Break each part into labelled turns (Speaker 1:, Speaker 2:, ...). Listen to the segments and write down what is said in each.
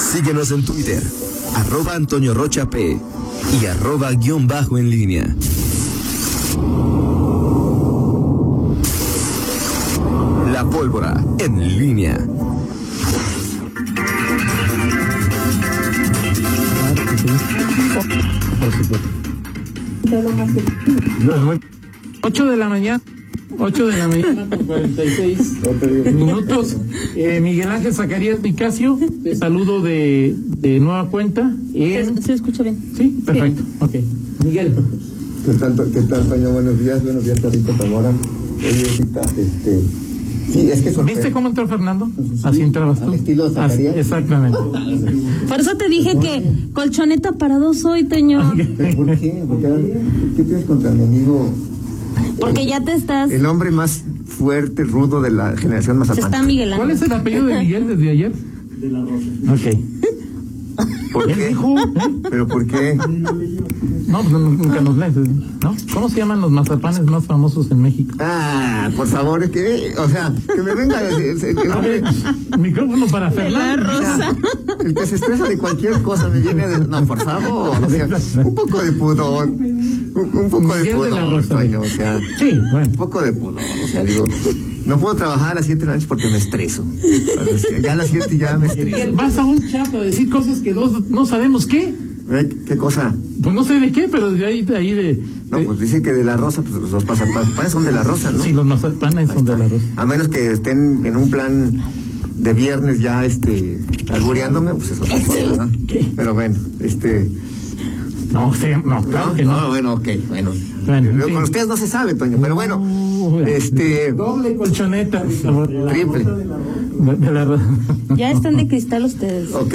Speaker 1: Síguenos en Twitter, arroba Antonio Rocha P y arroba guión bajo en línea. La pólvora en línea.
Speaker 2: Ocho de la mañana. 8 de la mañana con 46 minutos. Eh, Miguel Ángel Zacarías Nicasio, te saludo de, de nueva cuenta. en-
Speaker 3: ¿Se, se escucha bien?
Speaker 2: Sí, perfecto. Ok. Miguel.
Speaker 4: ¿Qué tal, qué tal, Toño? Buenos días, buenos días, Tarito Zamora. Oye, ahorita, este. Sí, es que sorprende.
Speaker 2: ¿Viste cómo entró Fernando? Así entrabas tú.
Speaker 4: Al estilo
Speaker 2: Así-
Speaker 4: Zacarías.
Speaker 2: Exactamente.
Speaker 3: Por eso te dije que colchoneta para dos hoy, Toño.
Speaker 4: ¿Pero ¿Por qué? ¿Por qué? ¿Qué tienes contra mi amigo?
Speaker 3: Porque ya te estás.
Speaker 4: El hombre más fuerte, rudo de la generación más
Speaker 3: Se está Miguel
Speaker 2: ¿Cuál es
Speaker 3: Ángel.
Speaker 2: el apellido de Miguel desde ayer? De la Rosa. Ok.
Speaker 4: ¿Por
Speaker 2: ¿Él
Speaker 4: qué?
Speaker 2: dijo?
Speaker 4: ¿Pero por qué?
Speaker 2: No, pues no, nunca nos lees. ¿no? ¿Cómo se llaman los mazapanes más famosos en México?
Speaker 4: Ah, por favor, es que. O sea, que me venga a decir- el, el
Speaker 2: A
Speaker 4: hombre.
Speaker 2: ver, micrófono para
Speaker 3: De la
Speaker 2: Fernando.
Speaker 3: rosa.
Speaker 4: El que se estresa de cualquier cosa me viene de. No, por favor. O sea, un poco de pudor. Un, un poco de
Speaker 2: Miguel de la
Speaker 4: pudor,
Speaker 2: Rosa.
Speaker 4: Toño, o sea.
Speaker 2: Sí, bueno.
Speaker 4: un poco de pudor, o sea, digo, no puedo trabajar a las 7 de la noche porque me estreso. O sea, Ya a las 7 ya me estreso.
Speaker 2: Vas a un chat a decir cosas que no, no sabemos qué.
Speaker 4: ¿Eh? ¿Qué cosa?
Speaker 2: Pues no sé de qué, pero de ahí de. Ahí de,
Speaker 4: No,
Speaker 2: de-
Speaker 4: pues dicen que de la rosa, pues los dos pasan, pasan son de la rosa, ¿no?
Speaker 2: sí, los mazapanes son de la rosa.
Speaker 4: A menos que estén en un plan de viernes ya, este, albureándome, pues eso ¿no? Pero bueno, este...
Speaker 2: No, sí, no, claro que
Speaker 4: Ah,
Speaker 2: no.
Speaker 4: bueno, ok, bueno.
Speaker 2: Bueno, en
Speaker 4: Luego
Speaker 2: fin.
Speaker 4: con ustedes no se sabe, Toño, pero bueno,
Speaker 2: No,
Speaker 4: este...
Speaker 2: Doble colchoneta. por favor.
Speaker 4: Triple.
Speaker 2: De la rosa.
Speaker 3: Ya están de cristal ustedes.
Speaker 4: Ok.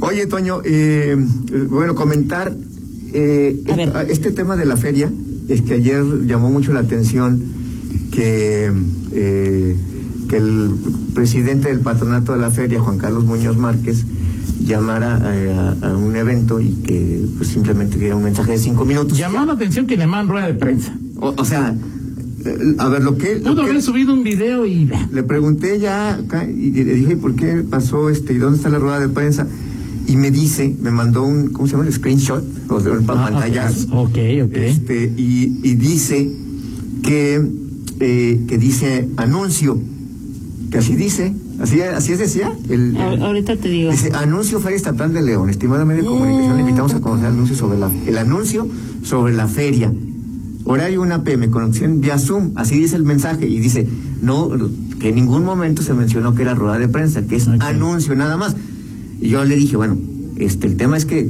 Speaker 4: Oye, Toño, eh, eh, bueno, comentar eh,
Speaker 3: A ver.
Speaker 4: esta- este tema de la feria, es que ayer llamó mucho la atención que, eh, que el presidente del patronato de la feria, Juan Carlos Muñoz Márquez, llamara eh, a, a un evento y que pues, simplemente diera un mensaje de cinco minutos.
Speaker 2: Llamó la atención que le mandan rueda de prensa.
Speaker 4: O, o sea, eh, a ver, lo que... lo
Speaker 2: Pudo
Speaker 4: que-
Speaker 2: haber subido un video y.
Speaker 4: le pregunté ya acá y le dije, ¿por qué pasó este? ¿Y dónde está la rueda de prensa? Y me dice, me mandó un, ¿cómo se llama? El screenshot, o sea, un pantallazo.
Speaker 2: Ah, Ok, ok.
Speaker 4: Este, y, y dice que, eh, que dice anuncio, que así dice, así, así es decía. El,
Speaker 3: A- Ahorita te digo.
Speaker 4: Dice, anuncio Feria Estatal de León. Estimado medio de comunicación, le invitamos a conocer anuncios sobre la, el anuncio sobre la feria. Horario 1 pm, conexión vía Zoom. Así dice el mensaje. Y dice, no, que en ningún momento se mencionó que era rueda de prensa, que es
Speaker 2: Ok.
Speaker 4: anuncio nada más. Y yo le dije, bueno, este, el tema es que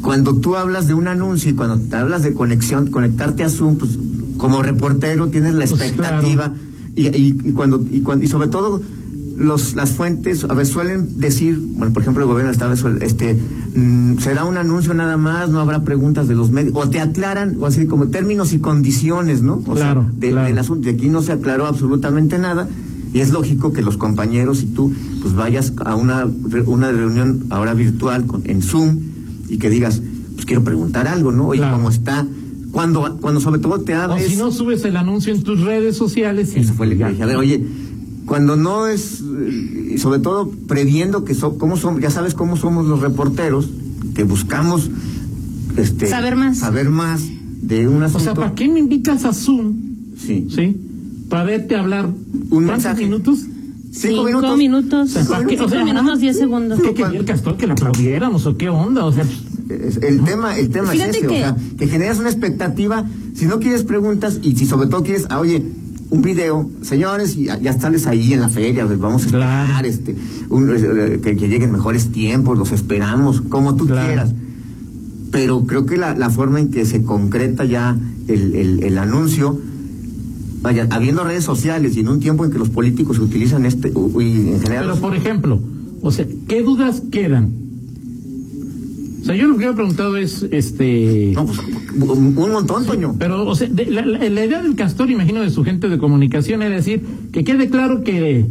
Speaker 4: cuando tú hablas de un anuncio y cuando te hablas de conexión, conectarte a Zoom, pues como reportero tienes la
Speaker 2: Pues,
Speaker 4: expectativa.
Speaker 2: claro.
Speaker 4: Y, y- y cuando, y cuando- y sobre todo los, las fuentes a veces suelen decir, bueno, por ejemplo, el gobierno del estado suele- este, mm, será un anuncio nada más, no habrá preguntas de los medios, o te aclaran, o así como términos y condiciones, ¿no? O sea,
Speaker 2: Claro,
Speaker 4: de-
Speaker 2: claro.
Speaker 4: del asunto. Y aquí no se aclaró absolutamente nada. Y es lógico que los compañeros y tú pues vayas a una, re- una reunión ahora virtual con, en Zoom y que digas, pues quiero preguntar algo, ¿no? Oye,
Speaker 2: Claro.
Speaker 4: ¿cómo está? Cuando, cuando sobre todo te
Speaker 2: O
Speaker 4: abres...
Speaker 2: si no subes el anuncio en tus redes sociales. y-
Speaker 4: Eso fue el viaje. A ver, oye, cuando no es, eh, y sobre todo previendo que so- cómo somos, ya sabes cómo somos los reporteros, que buscamos este,
Speaker 3: Saber más.
Speaker 4: saber más de un asunto.
Speaker 2: O sea, ¿para qué me invitas a Zoom?
Speaker 4: Sí.
Speaker 2: ¿Sí? Para verte hablar
Speaker 4: Un
Speaker 2: ¿Cuántos
Speaker 4: mensaje.
Speaker 2: minutos.
Speaker 3: Cinco
Speaker 4: Cinco minutos.
Speaker 3: minutos.
Speaker 2: O sea, ¿para qué? O
Speaker 3: Cinco
Speaker 2: sea,
Speaker 3: minutos, diez segundos.
Speaker 2: ¿Qué quería el castor que le aplaudiéramos o qué onda? O sea,
Speaker 4: Es- El tema, el tema es
Speaker 3: Fíjate
Speaker 4: ese, o
Speaker 3: que-
Speaker 4: sea, que generas una expectativa, si no quieres preguntas y si sobre todo quieres, ah, oye, un video, señores, y ya, ya estarles ahí en la feria, les vamos a esperar,
Speaker 2: Claro.
Speaker 4: este, un- eh, que, que lleguen mejores tiempos, los esperamos, como tú
Speaker 2: Claro.
Speaker 4: quieras. Pero creo que la, la forma en que se concreta ya el, el- el anuncio, vaya, habiendo redes sociales y en un tiempo en que los políticos utilizan este, u- y en general...
Speaker 2: pero por ejemplo, o sea, ¿qué dudas quedan? O sea, yo lo que he preguntado es, este...
Speaker 4: no, pues, un un montón, Toño.
Speaker 2: Pero, o sea, de- la, la- la idea del castor, imagino, de su gente de comunicación, es decir, que quede claro que,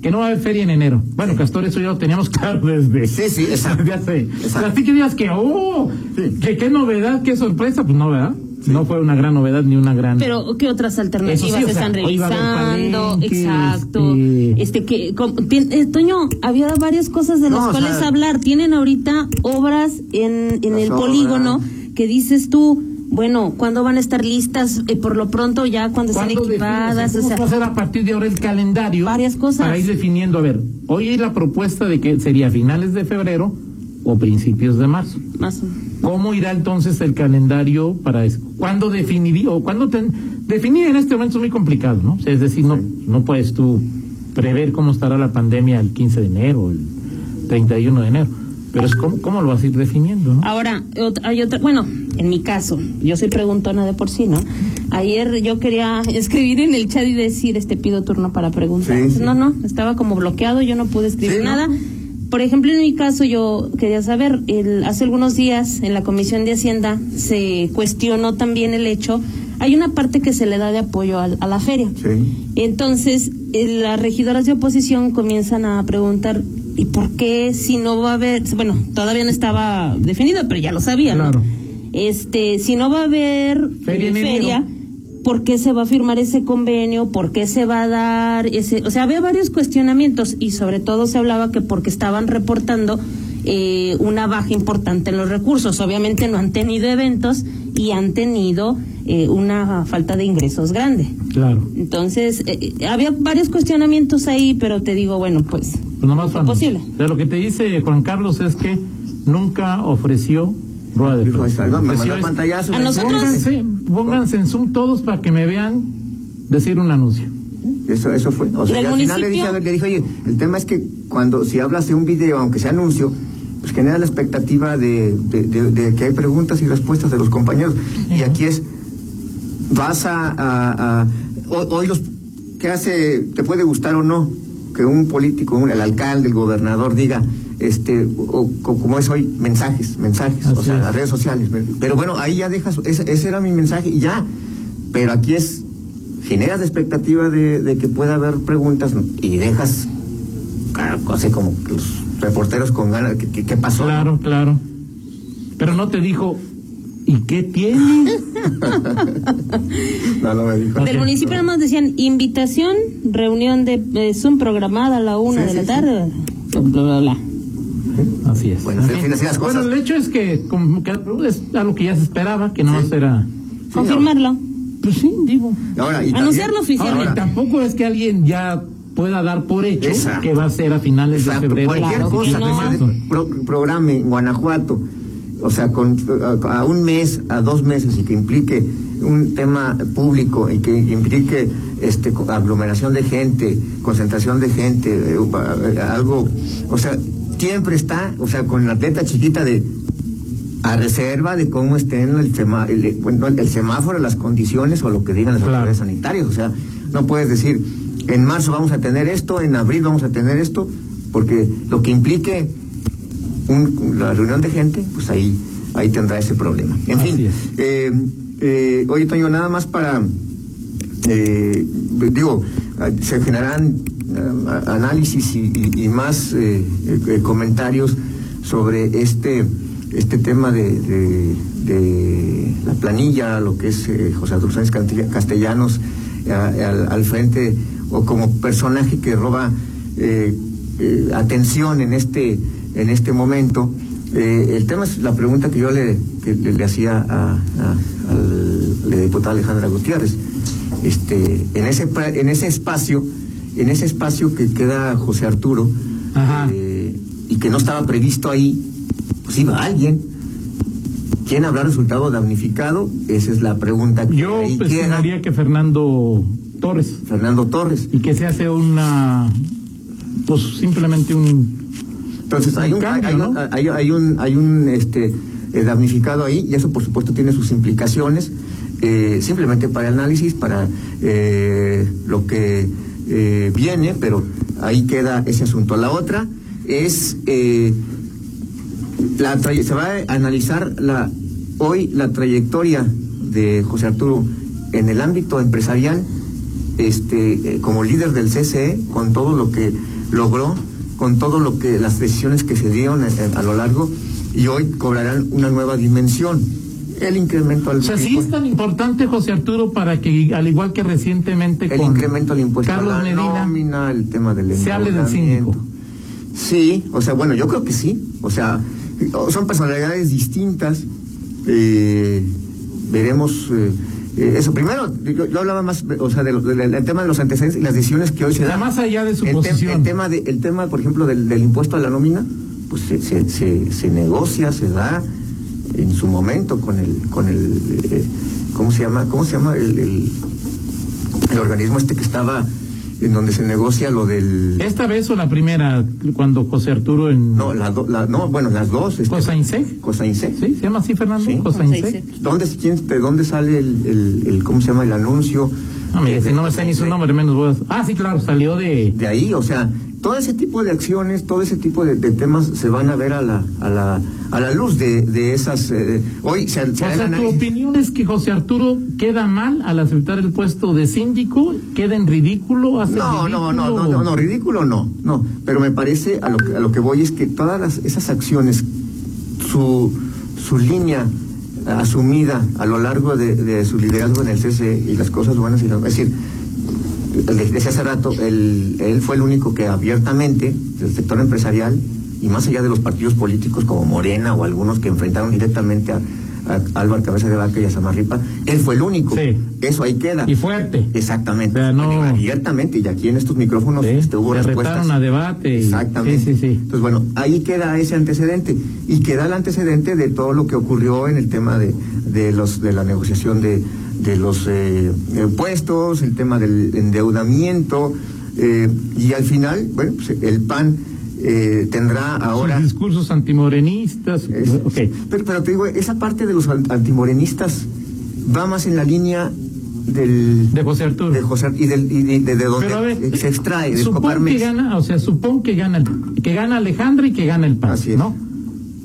Speaker 2: que no va a haber feria en enero. Bueno, castor, eso ya lo teníamos claro desde...
Speaker 4: Sí, sí, exacto.
Speaker 2: desde hace-
Speaker 4: Exacto.
Speaker 2: Así que digas que, oh,
Speaker 4: Sí.
Speaker 2: que qué novedad, qué sorpresa, pues no, ¿verdad? No fue una gran novedad ni una gran.
Speaker 3: Pero ¿qué otras alternativas
Speaker 2: Mm. Eso sí, o sea,
Speaker 3: están
Speaker 2: hoy va a haber
Speaker 3: revisando?
Speaker 2: palenques,
Speaker 3: Exacto.
Speaker 2: este-
Speaker 3: Este que com- tien- eh, Toño, había varias cosas de
Speaker 4: No,
Speaker 3: las
Speaker 4: o
Speaker 3: cuales
Speaker 4: sea-
Speaker 3: hablar. Tienen ahorita obras en, en
Speaker 4: Las
Speaker 3: el
Speaker 4: obras.
Speaker 3: polígono que dices tú, bueno, ¿cuándo van a estar listas? Eh, por lo pronto ya cuando estén
Speaker 2: ¿Cuándo
Speaker 3: equipadas, o
Speaker 2: defines?
Speaker 3: sea,
Speaker 2: Vamos a hacer a partir de ahora el calendario.
Speaker 3: Varias cosas.
Speaker 2: Para ir definiendo, a ver, hoy hay la propuesta de que sería finales de febrero o principios de marzo.
Speaker 3: más o-
Speaker 2: ¿Cómo irá entonces el calendario para eso? ¿Cuándo definiría o cuándo ten- definir en este momento es muy complicado, ¿no? O sea, Es decir, no, no puedes tú prever cómo estará la pandemia el 15 de enero, el 31 de enero, pero es cómo, cómo lo vas a ir definiendo, ¿no?
Speaker 3: Ahora, ot- hay otra, bueno, en mi caso, yo soy preguntona de por sí, ¿no? Ayer yo quería escribir en el chat y decir, este pido turno para preguntar.
Speaker 4: Sí, sí.
Speaker 3: No, no, estaba como bloqueado, yo no pude escribir
Speaker 4: Sí, ¿no?
Speaker 3: nada. Por ejemplo, en mi caso yo quería saber, el- hace algunos días en la Comisión de Hacienda se cuestionó también el hecho, hay una parte que se le da de apoyo al- a, la feria.
Speaker 4: Sí.
Speaker 3: Entonces, eh, las regidoras de oposición comienzan a preguntar, ¿y por qué si no va a haber, bueno, todavía no estaba definido, pero ya lo sabían, ¿no?
Speaker 2: Claro.
Speaker 3: Este, si no va a haber
Speaker 2: Feria en
Speaker 3: eh,
Speaker 2: enero.
Speaker 3: feria, ¿por qué se va a firmar ese convenio? ¿Por qué se va a dar ese, o sea, había varios cuestionamientos y sobre todo se hablaba que porque estaban reportando eh, una baja importante en los recursos, obviamente no han tenido eventos y han tenido eh, una falta de ingresos grande.
Speaker 2: Claro.
Speaker 3: Entonces, eh, eh, había varios cuestionamientos ahí, pero te digo, bueno, pues
Speaker 2: Pues nomás vamos.
Speaker 3: posible.
Speaker 2: O sea, lo que te dice Juan Carlos es que nunca ofreció rueda de
Speaker 4: Dijo, ahí
Speaker 2: prensa.
Speaker 4: está, no, me mandó
Speaker 2: Ofreció
Speaker 4: el
Speaker 2: es-
Speaker 4: pantallazo.
Speaker 3: A nosotros-
Speaker 2: Pónganse, pónganse en Zoom todos para que me vean decir un anuncio.
Speaker 4: Eso, eso fue. O sea,
Speaker 3: ¿Y
Speaker 4: y
Speaker 3: del
Speaker 4: al final le dije,
Speaker 3: municipio?
Speaker 4: a ver, le dije, oye, el tema es que cuando, si hablas de un video, aunque sea anuncio, pues genera la expectativa de, de- de- de que hay preguntas y respuestas de los compañeros. Y aquí es, vas a, a- a- ho- hoy los, ¿qué hace? ¿Te puede gustar o no? Que un político, un- el alcalde, el gobernador diga, este, o, o como es hoy, mensajes, mensajes, o
Speaker 2: Así
Speaker 4: sea,
Speaker 2: es.
Speaker 4: las redes sociales. Pero bueno, ahí ya dejas, ese, ese era mi mensaje y ya. Pero aquí es, generas la expectativa de, de que pueda haber preguntas y dejas, claro, así como que los reporteros con ganas, ¿qué, qué- qué pasó?
Speaker 2: Claro, claro. Pero no te dijo, ¿y qué tiene?
Speaker 4: No, no me dijo.
Speaker 2: Ah, Ok.
Speaker 3: del municipio nada más decían invitación, reunión de eh, Zoom programada a la una
Speaker 4: Sí,
Speaker 3: de
Speaker 4: sí,
Speaker 3: la
Speaker 4: sí.
Speaker 3: tarde. Bla, bla, bla, bla.
Speaker 2: Así es.
Speaker 4: Bueno,
Speaker 2: En
Speaker 4: se
Speaker 2: fin.
Speaker 4: definen así las cosas.
Speaker 2: Bueno, el hecho es que, como que es algo que ya se esperaba, que no era.
Speaker 3: Confirmarlo.
Speaker 2: Pues sí, digo.
Speaker 4: Ahora, y
Speaker 3: Anunciarlo
Speaker 4: también-
Speaker 3: oficialmente.
Speaker 2: Ahora,
Speaker 4: Ahora,
Speaker 2: tampoco es que alguien ya pueda dar por hecho
Speaker 4: Exacto.
Speaker 2: que va a ser a finales
Speaker 4: Exacto,
Speaker 2: de febrero.
Speaker 4: Cualquier
Speaker 3: Claro que
Speaker 4: cosa que
Speaker 3: no.
Speaker 4: se de- pro- programe en Guanajuato, o sea, con, a, a un mes, a dos meses, y que implique un tema público y que implique este co- aglomeración de gente, concentración de gente, eh, u- a- eh, algo, o sea, siempre está, o sea, con la atleta chiquita de a reserva de cómo estén el, sema- el- bueno, el semáforo, las condiciones o lo que digan las
Speaker 2: Claro.
Speaker 4: autoridades sanitarias. O sea, no puedes decir, en marzo vamos a tener esto, en abril vamos a tener esto, porque lo que implique un- la reunión de gente, pues ahí, ahí tendrá ese problema. En
Speaker 2: Así
Speaker 4: fin,
Speaker 2: es.
Speaker 4: eh, eh, oye Toño, nada más para, eh, digo, eh, se generarán eh, a- análisis y, y- y más eh, eh, eh, comentarios sobre este este tema de, de- de la planilla, lo que es eh, José Arturo Sánchez Castilla- Castellanos eh, al, al frente o como personaje que roba eh, eh, atención en este en este momento. Eh, el tema es la pregunta que yo le, que le- le hacía a, a- al- a la diputada Alejandra Gutiérrez. Este, en ese pra- en ese espacio, en ese espacio que queda José Arturo
Speaker 2: Ajá.
Speaker 4: eh, y que no estaba previsto ahí, pues iba alguien. ¿Quién habrá resultado damnificado? Esa es la pregunta que
Speaker 2: Yo
Speaker 4: ahí queda.
Speaker 2: pensaría que Fernando Torres.
Speaker 4: Fernando Torres.
Speaker 2: y que se hace una pues simplemente un
Speaker 4: Entonces hay
Speaker 2: Un
Speaker 4: un,
Speaker 2: cambio,
Speaker 4: hay, un-
Speaker 2: ¿no?
Speaker 4: hay- hay un hay un este eh, damnificado ahí y eso por supuesto tiene sus implicaciones eh, simplemente para el análisis para eh, lo que eh, viene pero ahí queda ese asunto la otra es eh, la tray- se va a analizar la hoy la trayectoria de José Arturo en el ámbito empresarial este eh, como líder del CCE con todo lo que logró con todo lo que eh, las decisiones que se dieron eh, a lo largo y hoy cobrarán una nueva dimensión El incremento al
Speaker 2: O sea, sí es tan importante, José Arturo, para que, al igual que recientemente
Speaker 4: el
Speaker 2: con
Speaker 4: incremento Ah, al impuesto
Speaker 2: Carlos
Speaker 4: a la
Speaker 2: Medina, pues,
Speaker 4: nómina, el tema del
Speaker 2: se hable del
Speaker 4: endeudamiento.
Speaker 2: síndico.
Speaker 4: Sí, o sea, bueno, yo creo que sí. O sea, son personalidades distintas. eh, veremos eh, eh, eso. Primero, yo, yo hablaba más, o sea, de lo- del del tema de los antecedentes y las decisiones que hoy
Speaker 2: O
Speaker 4: se
Speaker 2: sea,
Speaker 4: dan.
Speaker 2: más allá de su
Speaker 4: el, te-
Speaker 2: posición.
Speaker 4: el tema, de, el tema, por ejemplo, del, del impuesto a la nómina, pues se, se, se- se negocia, se da en su momento con el, con el, eh, ¿cómo se llama? ¿Cómo se llama? El, el- el organismo este que estaba en donde se negocia lo del
Speaker 2: Esta vez o la primera, cuando José Arturo en
Speaker 4: no, las do- la- no, bueno, las dos. este,
Speaker 2: Cosainsec.
Speaker 4: Cosainsec.
Speaker 2: ¿Sí? ¿Se llama así, Fernando?
Speaker 4: Sí.
Speaker 2: Cosainsec.
Speaker 4: ¿Dónde, se- quién- ¿De dónde sale el, el, el- cómo se llama, el anuncio? Eh,
Speaker 2: No, mire, si no me sé ni su nombre, menos voy a- Ah, sí, claro, salió de...
Speaker 4: De ahí, o sea, todo ese tipo de acciones, todo ese tipo de, de temas se van a ver a la, a la, a la luz de, de esas... eh, hoy se, se
Speaker 2: O
Speaker 4: hará el
Speaker 2: sea, tu
Speaker 4: análisis.
Speaker 2: opinión es que José Arturo queda mal al aceptar el puesto de síndico, queda en ridículo, hace
Speaker 4: No, no, no, no,
Speaker 2: ridículo?
Speaker 4: no, no, ridículo no, no. Pero me parece, a lo que, a lo que voy es que todas las- esas acciones, su, su línea eh, asumida a lo largo de, de su liderazgo en el CC y las cosas buenas y las... Es decir, desde hace rato, él, él fue el único que abiertamente, del sector empresarial, y más allá de los partidos políticos como Morena o algunos que enfrentaron directamente a, a Álvaro Cabeza de Vaca y a Samarripa, él fue el único.
Speaker 2: Sí.
Speaker 4: Eso ahí queda.
Speaker 2: Y fuerte.
Speaker 4: Exactamente.
Speaker 2: O sea, no-
Speaker 4: Bueno, Abiertamente, y aquí en estos micrófonos
Speaker 2: Sí,
Speaker 4: este, hubo
Speaker 2: se
Speaker 4: respuestas.
Speaker 2: retaron a debate. y-
Speaker 4: Exactamente.
Speaker 2: Sí, sí, sí.
Speaker 4: Entonces, bueno, ahí queda ese antecedente. Y queda el antecedente de todo lo que ocurrió en el tema de, de, los, de la negociación de, de los eh, eh, puestos, el tema del endeudamiento. eh, y al final, bueno, pues, el PAN eh, tendrá ahora.
Speaker 2: Sus discursos antimorenistas.
Speaker 4: Es-
Speaker 2: ok.
Speaker 4: pero, pero te digo, esa parte de los an- antimorenistas va más en la línea del.
Speaker 2: De José Arturo.
Speaker 4: De Eh, José y, del, y de, de- de donde
Speaker 2: Pero a ver, eh,
Speaker 4: se extrae, de
Speaker 2: supón que
Speaker 4: Coparmex.
Speaker 2: gana, o sea, supón que gana, el- que gana Alejandra y que gana el PAN,
Speaker 4: Así es.
Speaker 2: ¿no?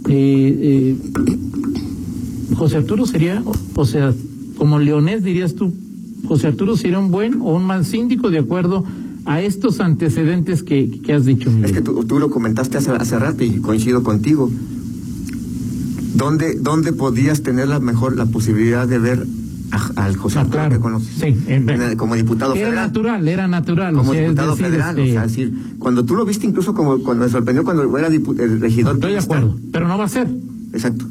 Speaker 2: Eh, eh, José Arturo sería, o- o sea, como leonés dirías tú, José Arturo sería un buen o un mal síndico de acuerdo a estos antecedentes que, que has dicho. Miguel.
Speaker 4: Es que tú, tú lo comentaste hace, hace rato y coincido contigo. ¿Dónde, dónde podías tener la mejor la posibilidad de ver a- al José
Speaker 2: Ah,
Speaker 4: Arturo
Speaker 2: claro.
Speaker 4: que conoces?
Speaker 2: Sí, en-
Speaker 4: En- como diputado
Speaker 2: era
Speaker 4: federal.
Speaker 2: natural, era natural.
Speaker 4: Como
Speaker 2: o sea, es
Speaker 4: diputado
Speaker 2: decir,
Speaker 4: federal,
Speaker 2: este,
Speaker 4: o sea, es decir, cuando tú lo viste incluso como cuando me sorprendió cuando era dipu- el regidor.
Speaker 2: estoy de
Speaker 4: priista.
Speaker 2: acuerdo, pero no va a ser.
Speaker 4: Exacto.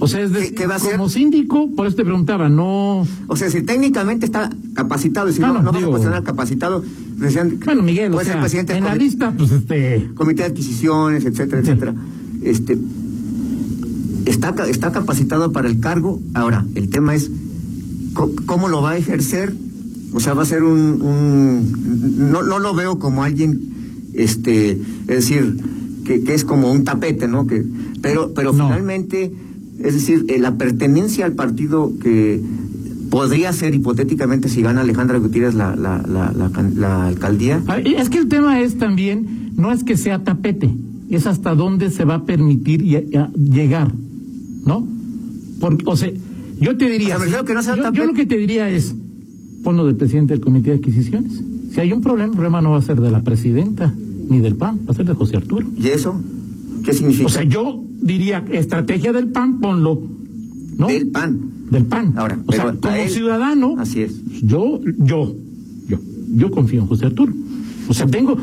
Speaker 2: O sea, es
Speaker 4: ¿Qué-
Speaker 2: decir,
Speaker 4: qué va a ser?
Speaker 2: como síndico, por eso te preguntaba, no...
Speaker 4: O sea, si técnicamente está capacitado, y si
Speaker 2: Ah,
Speaker 4: no,
Speaker 2: no,
Speaker 4: no vamos a
Speaker 2: digo-
Speaker 4: cuestionar capacitado, decían,
Speaker 2: Bueno, Miguel, o
Speaker 4: puede ser
Speaker 2: sea,
Speaker 4: Pues presidente del
Speaker 2: en la
Speaker 4: comi-
Speaker 2: lista, pues este...
Speaker 4: comité de adquisiciones, etcétera,
Speaker 2: Sí.
Speaker 4: etcétera. Este está ca- está capacitado para el cargo. Ahora, el tema es co- cómo lo va a ejercer. O sea, va a ser un, un- no, no lo veo como alguien este, es decir, que, que es como un tapete, ¿no? Que pero pero
Speaker 2: No.
Speaker 4: finalmente es decir, eh, la pertenencia al partido que podría ser hipotéticamente si gana Alejandra Gutiérrez la, la, la, la can- la alcaldía.
Speaker 2: A ver, Es que el tema es también, no es que sea tapete, es hasta dónde se va a permitir y a- a llegar, ¿no? Porque, o sea, yo te diría,
Speaker 4: O sea, prefiero que no sea
Speaker 2: yo,
Speaker 4: tapete.
Speaker 2: yo lo que te diría es, ponlo de presidente del comité de adquisiciones. Si hay un problema, el problema no va a ser de la presidenta ni del PAN, va a ser de José Arturo.
Speaker 4: ¿Y eso? ¿Qué significa?
Speaker 2: O sea, yo diría, estrategia del PAN, ponlo, ¿no?
Speaker 4: Del PAN.
Speaker 2: Del PAN.
Speaker 4: Ahora,
Speaker 2: o sea,
Speaker 4: pero
Speaker 2: como
Speaker 4: a él-
Speaker 2: ciudadano,
Speaker 4: Así es.
Speaker 2: yo, yo, yo, yo confío en José Arturo. O sea, tengo.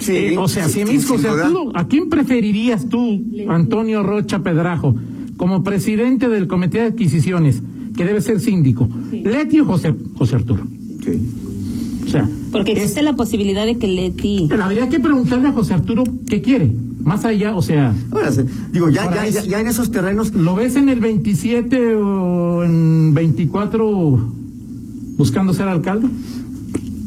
Speaker 4: Sí,
Speaker 2: eh, o sea, si
Speaker 4: sí,
Speaker 2: me dices
Speaker 4: sin
Speaker 2: José
Speaker 4: duda.
Speaker 2: Arturo, ¿a quién preferirías tú, Antonio Rocha Pedrajo, como presidente del Comité de Adquisiciones, que debe ser síndico? ¿Leti o José, José Arturo?
Speaker 4: Sí.
Speaker 2: O sea,
Speaker 3: Porque
Speaker 2: es-
Speaker 3: existe la posibilidad de que Leti.
Speaker 2: pero habría que preguntarle a José Arturo qué quiere. Más allá, o sea,
Speaker 4: Ahora, se- digo, ya,
Speaker 2: Ahora
Speaker 4: ya,
Speaker 2: es-
Speaker 4: ya, ya en esos terrenos.
Speaker 2: ¿lo ves en el 27 o en 24 buscando ser alcalde?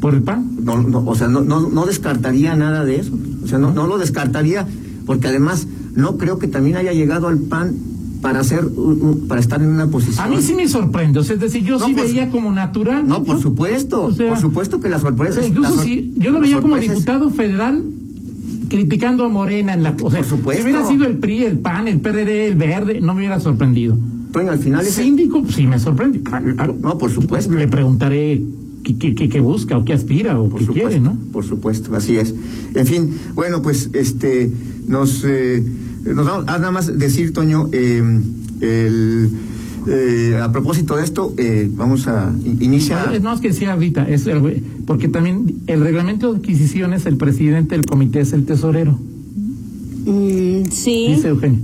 Speaker 2: ¿Por el PAN?
Speaker 4: No, no, o sea, no, no, no descartaría nada de eso. O sea, no, no lo descartaría, porque además no creo que también haya llegado al PAN para hacer un- un- para estar en una posición.
Speaker 2: A mí sí me sorprende, o sea, es decir, yo
Speaker 4: No,
Speaker 2: sí
Speaker 4: por
Speaker 2: veía como natural.
Speaker 4: No, por supuesto.
Speaker 2: O sea,
Speaker 4: por supuesto que la
Speaker 2: o
Speaker 4: sorpresa.
Speaker 2: sea,
Speaker 4: es-
Speaker 2: incluso
Speaker 4: la sor-
Speaker 2: si yo lo
Speaker 4: la
Speaker 2: veía como
Speaker 4: sorpresa es-
Speaker 2: diputado federal criticando a Morena en la o sea,
Speaker 4: Por supuesto.
Speaker 2: Si hubiera sido el PRI, el PAN, el PRD, el Verde, no me hubiera sorprendido.
Speaker 4: Toño, al final
Speaker 2: El
Speaker 4: es.
Speaker 2: síndico, pues, sí me sorprende. Claro.
Speaker 4: No, por supuesto.
Speaker 2: Le preguntaré qué, qué- qué- qué busca o qué aspira o
Speaker 4: Por
Speaker 2: qué
Speaker 4: supuesto,
Speaker 2: quiere, ¿no?
Speaker 4: Por supuesto, así es. En fin, bueno, pues este ah, nos eh, nos vamos a nada más decir, Toño, eh, em, el eh, a propósito de esto, eh, vamos a iniciar.
Speaker 2: No, es que sí, ahorita, es el- porque también el reglamento de adquisiciones, el presidente del comité es el tesorero,
Speaker 3: Mm, sí.
Speaker 2: dice Eugenio.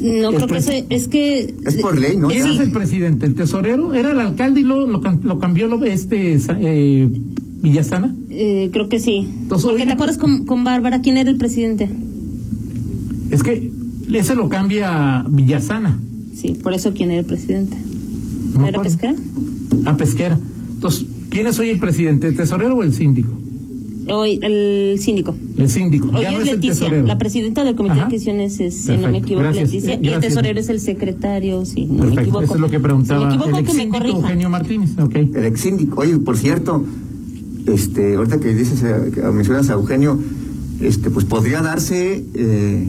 Speaker 3: No
Speaker 2: el
Speaker 3: creo que
Speaker 2: pres-
Speaker 3: se, es que
Speaker 4: Es por ley, ¿no?
Speaker 2: Él
Speaker 4: Ya.
Speaker 2: es el presidente, el tesorero era el alcalde y luego lo, cam- lo cambió lo, este sa- eh, Villasana.
Speaker 3: eh, creo que sí.
Speaker 2: Entonces,
Speaker 3: Porque te
Speaker 2: ahorita-
Speaker 3: acuerdas con, con Bárbara quién era el presidente.
Speaker 2: Es que ese lo cambia Villasana.
Speaker 3: Sí, por eso quién era el presidente.
Speaker 2: No
Speaker 3: ¿No
Speaker 2: me
Speaker 3: era
Speaker 2: acuerdo.
Speaker 3: Pesquera?
Speaker 2: a Pesquera. Entonces, ¿quién es hoy el presidente, el tesorero o el síndico?
Speaker 3: Hoy el síndico.
Speaker 2: El síndico.
Speaker 3: Hoy
Speaker 2: ya no
Speaker 3: es
Speaker 2: es el
Speaker 3: Leticia,
Speaker 2: tesorero.
Speaker 3: la presidenta del comité
Speaker 2: Ajá.
Speaker 3: de adquisiciones es, si no me
Speaker 2: Perfecto,
Speaker 3: equivoco,
Speaker 2: gracias.
Speaker 3: Leticia,
Speaker 2: Eh,
Speaker 3: y el
Speaker 2: gracias.
Speaker 3: tesorero es el secretario, si no me
Speaker 2: Perfecto,
Speaker 3: equivoco.
Speaker 2: eso es lo que
Speaker 3: Si
Speaker 2: preguntaba
Speaker 3: me equivoco,
Speaker 2: el
Speaker 3: que me
Speaker 2: exsíndico
Speaker 3: corrija.
Speaker 2: Eugenio Martínez. Ok.
Speaker 4: El ex síndico. Oye, por cierto, este, ahorita que dices, eh, que mencionas a Eugenio, este, pues podría darse eh,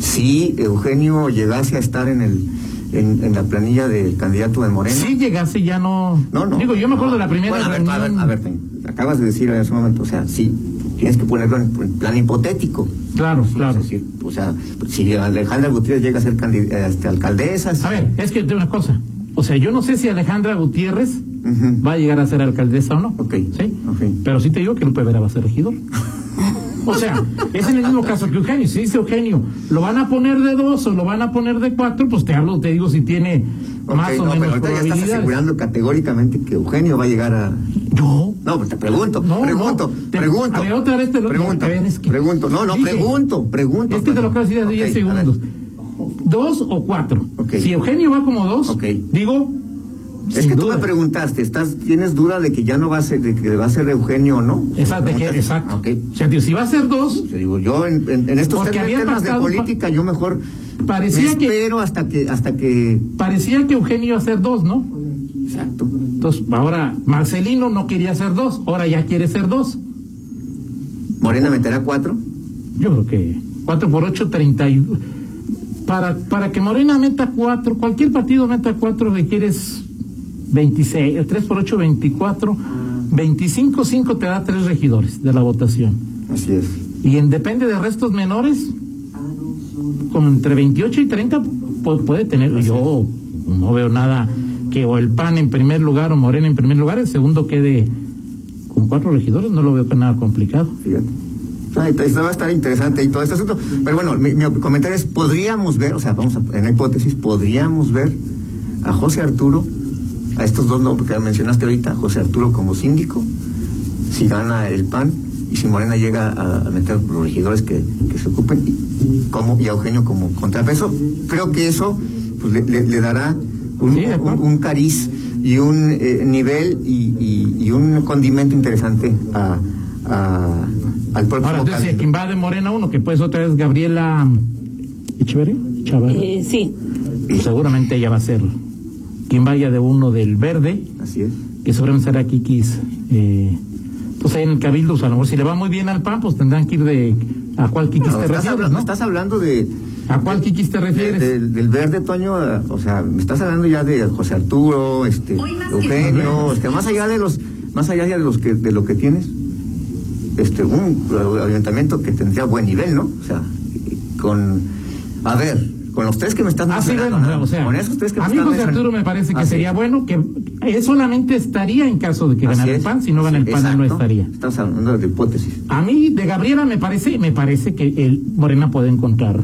Speaker 4: si Eugenio llegase a estar en el, en, en la planilla del candidato de Morena.
Speaker 2: Si llegase ya no...
Speaker 4: No, no.
Speaker 2: Digo, yo me acuerdo
Speaker 4: no.
Speaker 2: de la primera
Speaker 4: Bueno, a ver,
Speaker 2: reunión.
Speaker 4: a ver, a ver, acabas de decir en ese momento, o sea, sí, tienes que ponerlo en, en plan hipotético.
Speaker 2: Claro, claro.
Speaker 4: Es decir, o sea, si Alejandra Gutiérrez llega a ser candid- este, alcaldesa. si-
Speaker 2: A ver, es que tengo una cosa. O sea, yo no sé si Alejandra Gutiérrez
Speaker 4: Ujú.
Speaker 2: va a llegar a ser alcaldesa o no.
Speaker 4: Ok,
Speaker 2: ¿Sí?
Speaker 4: ok.
Speaker 2: Pero sí te digo que Lupe Vera va a ser regidor. O sea, es en el mismo caso que Eugenio. Si dice Eugenio, ¿lo van a poner de dos o lo van a poner de cuatro? Pues te hablo, te digo si tiene
Speaker 4: Ok,
Speaker 2: más o
Speaker 4: no, pero
Speaker 2: menos
Speaker 4: ahorita ya estás
Speaker 2: probabilidades.
Speaker 4: asegurando categóricamente que Eugenio va a llegar a.
Speaker 2: Yo.
Speaker 4: No, pues te pregunto,
Speaker 2: No, no,
Speaker 4: pregunto,
Speaker 2: te-
Speaker 4: pregunto.
Speaker 2: a ver, otra vez te lo-
Speaker 4: pregunto,
Speaker 2: a ver, es que-
Speaker 4: pregunto, no, no,
Speaker 2: dije-
Speaker 4: pregunto, pregunto.
Speaker 2: Es que te lo acabo de decir hace 10
Speaker 4: Ok, a ver.
Speaker 2: segundos. ¿Dos o cuatro?
Speaker 4: Ok.
Speaker 2: Si Eugenio va como dos,
Speaker 4: Ok.
Speaker 2: digo.
Speaker 4: Es
Speaker 2: sin
Speaker 4: que tú
Speaker 2: duda.
Speaker 4: me preguntaste, ¿estás, ¿tienes duda de que ya no va a ser, de que va a ser Eugenio o no?
Speaker 2: Exacto, que-
Speaker 4: Preguntaste.
Speaker 2: exacto.
Speaker 4: Ok.
Speaker 2: O sea, digo, si va a ser dos,
Speaker 4: Te digo, yo en, en- en estos
Speaker 2: Porque
Speaker 4: temas-
Speaker 2: había
Speaker 4: temas de
Speaker 2: pasado-
Speaker 4: política, yo mejor
Speaker 2: Parecía
Speaker 4: me
Speaker 2: que-
Speaker 4: espero hasta que, hasta que,
Speaker 2: parecía que Eugenio iba a ser dos, ¿no?
Speaker 4: exacto.
Speaker 2: Entonces, ahora Marcelino no quería ser dos, ahora ya quiere ser dos.
Speaker 4: Morena meterá cuatro.
Speaker 2: Yo creo que 4 por 8, 31. Para, para que Morena meta 4, cualquier partido meta 4 requieres 26, 3 por 8, 24, 25, 5 te da 3 regidores de la votación.
Speaker 4: Así es.
Speaker 2: Y en, depende de restos menores, con entre 28 y 30 pu- puede tener. Yo no veo nada que o el PAN en primer lugar o Morena en primer lugar, el segundo quede con 4 regidores, no lo veo nada complicado.
Speaker 4: Fíjate. Ay, esto va a estar interesante y todo este asunto. Pero bueno, mi, mi comentario es, podríamos ver, o sea, vamos a, en la hipótesis, podríamos ver a José Arturo, a estos dos nombres que mencionaste ahorita, José Arturo como síndico, si gana el PAN y si Morena llega a, a meter los regidores que, que se ocupen, y, como, y a Eugenio como contrapeso. Creo que eso pues, le, le- le dará un,
Speaker 2: Sí, de acuerdo.
Speaker 4: un- un cariz y un eh, nivel y, y- y un condimento interesante a, a- al próximo
Speaker 2: Ahora, entonces,
Speaker 4: cambio.
Speaker 2: quien va de Morena uno, que pues otra vez Gabriela Echeverría, Chavarría.
Speaker 3: Eh, sí,
Speaker 2: seguramente ella va a ser. Quien vaya de uno del verde,
Speaker 4: Así es.
Speaker 2: que seguramente será Kikis. Eh, pues ahí en el Cabildo, o sea, a lo mejor si le va muy bien al PAN, pues tendrán que ir de. ¿A cuál Kikis
Speaker 4: No,
Speaker 2: te
Speaker 4: estás,
Speaker 2: refieres?
Speaker 4: hablando,
Speaker 2: no?
Speaker 4: estás Eh, hablando de,
Speaker 2: ¿A cuál Kikis te
Speaker 4: de-
Speaker 2: refieres?
Speaker 4: del- del verde Toño, a- o sea, me estás hablando ya de José Arturo, este Eugenio, este, más allá de los, más allá de los que de lo que tienes, este un ayuntamiento que tendría buen nivel, ¿no? O sea, con a ver, con los tres que me estás
Speaker 2: Ah, sí,
Speaker 4: mencionando,
Speaker 2: bueno,
Speaker 4: ¿no?
Speaker 2: o sea,
Speaker 4: con esos tres que me
Speaker 2: a mí
Speaker 4: estás
Speaker 2: José
Speaker 4: mencionando.
Speaker 2: Arturo me parece que
Speaker 4: Así
Speaker 2: sería
Speaker 4: es.
Speaker 2: bueno que él solamente estaría en caso de que
Speaker 4: Así
Speaker 2: ganara el
Speaker 4: es.
Speaker 2: PAN, si no gana el
Speaker 4: Sí,
Speaker 2: PAN no
Speaker 4: exacto.
Speaker 2: estaría.
Speaker 4: Estamos hablando de hipótesis,
Speaker 2: A mí de Gabriela me parece, me parece que el Morena puede encontrar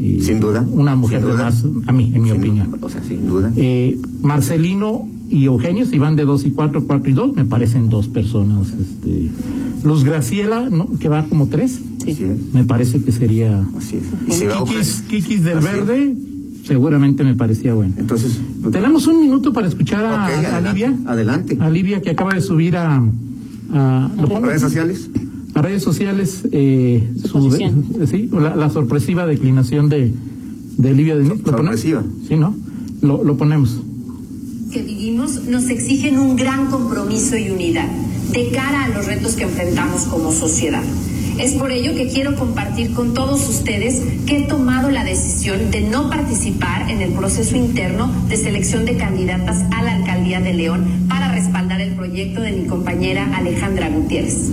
Speaker 2: eh,
Speaker 4: sin duda.
Speaker 2: una mujer
Speaker 4: sin
Speaker 2: de
Speaker 4: duda.
Speaker 2: más, a mí, en mi
Speaker 4: Sin-
Speaker 2: opinión.
Speaker 4: O sea, sin duda.
Speaker 2: Eh, Marcelino y Eugenio, si van de dos y cuatro, cuatro y dos, me parecen dos personas. Este, Luz Graciela, ¿no? que va como tres,
Speaker 4: Así es.
Speaker 2: me parece que sería.
Speaker 4: Así es. Y se va a
Speaker 2: Kikis,
Speaker 4: ofrecer.
Speaker 2: Kikis del
Speaker 4: Así es.
Speaker 2: Verde, seguramente me parecía bueno.
Speaker 4: Entonces,
Speaker 2: Tenemos un minuto para escuchar a,
Speaker 4: Ok,
Speaker 2: a
Speaker 4: adelante,
Speaker 2: Livia.
Speaker 4: adelante.
Speaker 2: A Livia que acaba de subir a. a- ¿lo pongo?
Speaker 4: redes sociales.
Speaker 2: a redes sociales eh,
Speaker 3: Su
Speaker 2: su-
Speaker 3: posición.
Speaker 2: eh, sí, la, la sorpresiva declinación de, de Livia de Nitz. ¿Lo ponemos?
Speaker 4: Sorpresiva.
Speaker 2: Sí, ¿no? Lo, lo ponemos.
Speaker 5: que vivimos nos exigen un gran compromiso y unidad de cara a los retos que enfrentamos como sociedad. Es por ello que quiero compartir con todos ustedes que he tomado la decisión de no participar en el proceso interno de selección de candidatas a la alcaldía de León para respaldar el proyecto de mi compañera Alejandra Gutiérrez.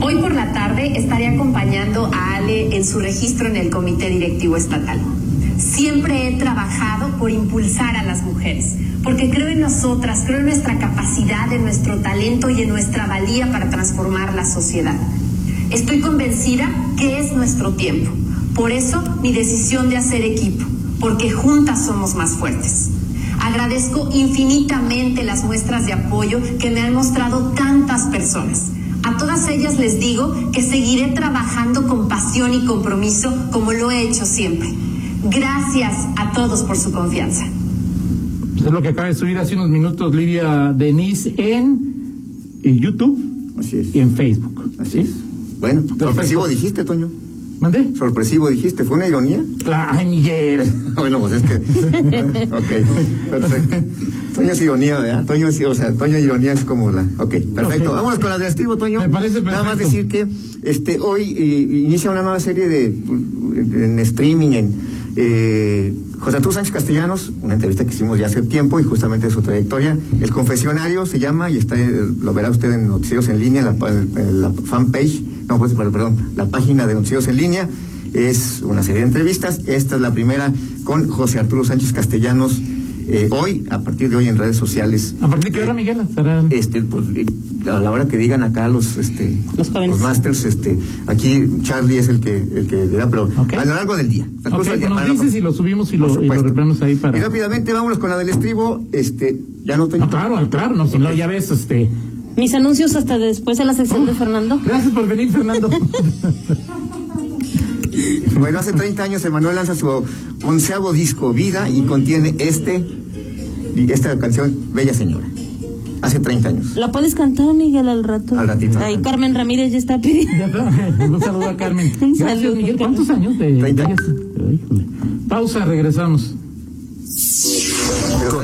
Speaker 5: Hoy por la tarde estaré acompañando a Ale en su registro en el Comité Directivo Estatal. Siempre he trabajado por impulsar a las mujeres, porque creo en nosotras, creo en nuestra capacidad, en nuestro talento y en nuestra valía para transformar la sociedad. Estoy convencida que es nuestro tiempo. Por eso mi decisión de hacer equipo, porque juntas somos más fuertes. Agradezco infinitamente las muestras de apoyo que me han mostrado tantas personas. A todas ellas les digo que seguiré trabajando con pasión y compromiso como lo he hecho siempre. Gracias a todos por su confianza.
Speaker 2: Eso Pues es lo que acaba de subir hace unos minutos Lidia Denise en, en YouTube
Speaker 4: Así es.
Speaker 2: y en Facebook.
Speaker 4: Así es. Bueno,
Speaker 2: Perfecto.
Speaker 4: sorpresivo dijiste, Toño.
Speaker 2: ¿Mandé?
Speaker 4: Sorpresivo dijiste, ¿fue una ironía?
Speaker 2: Ay, Miguel.
Speaker 4: Bueno, pues es que. ok, perfecto. Toño es ironía, ¿verdad? Toño es, o sea, Toño ironía es como la. Ok, perfecto.
Speaker 2: Ok.
Speaker 4: Vámonos con la de estribo, Toño.
Speaker 2: Me parece
Speaker 4: Nada más
Speaker 2: perfecto.
Speaker 4: decir que este hoy eh, inicia una nueva serie de. en streaming, en. eh, José Arturo Sánchez Castellanos, una entrevista que hicimos ya hace tiempo y justamente de su trayectoria. El confesionario se llama y está, eh, lo verá usted en Noticieros en línea, en la, pa- en la fanpage, no, pues, perdón, la página de Noticieros en línea es una serie de entrevistas. Esta es la primera con José Arturo Sánchez Castellanos eh, hoy, a partir de hoy en redes sociales.
Speaker 2: ¿A partir de qué hora, Miguel? Estarán-
Speaker 4: Este, pues, eh, a la hora que digan acá los, este,
Speaker 3: Los jóvenes.
Speaker 4: masters, este, aquí Charlie es el que, el que dirá, pero
Speaker 2: Ok.
Speaker 4: a lo largo del día. al
Speaker 2: Ok,
Speaker 4: curso del día,
Speaker 2: nos
Speaker 4: para no-
Speaker 2: dices y lo subimos y
Speaker 4: Por
Speaker 2: lo, y lo
Speaker 4: supuesto.
Speaker 2: reprendemos ahí para...
Speaker 4: Y rápidamente vámonos con la del estribo, este, ya no tengo.
Speaker 2: No, claro, claro, no, si no, ya ves, este...
Speaker 3: Mis anuncios hasta después de la sección de Fernando.
Speaker 2: Gracias por venir, Fernando.
Speaker 4: Bueno, hace 30 años Emanuel lanza su onceavo disco Vida y contiene este, y esta canción Bella Señora. Hace 30 años.
Speaker 3: ¿La puedes cantar, Miguel, al rato?
Speaker 4: Al ratito.
Speaker 3: Ahí Carmen Ramírez ya está pidiendo.
Speaker 2: Ya está. Un saludo a Carmen.
Speaker 3: Un
Speaker 2: Gracias,
Speaker 3: saludo,
Speaker 2: Miguel.
Speaker 3: Carmen.
Speaker 2: ¿Cuántos años de...
Speaker 4: Treinta.
Speaker 2: Ay, híjole. Pausa, regresamos.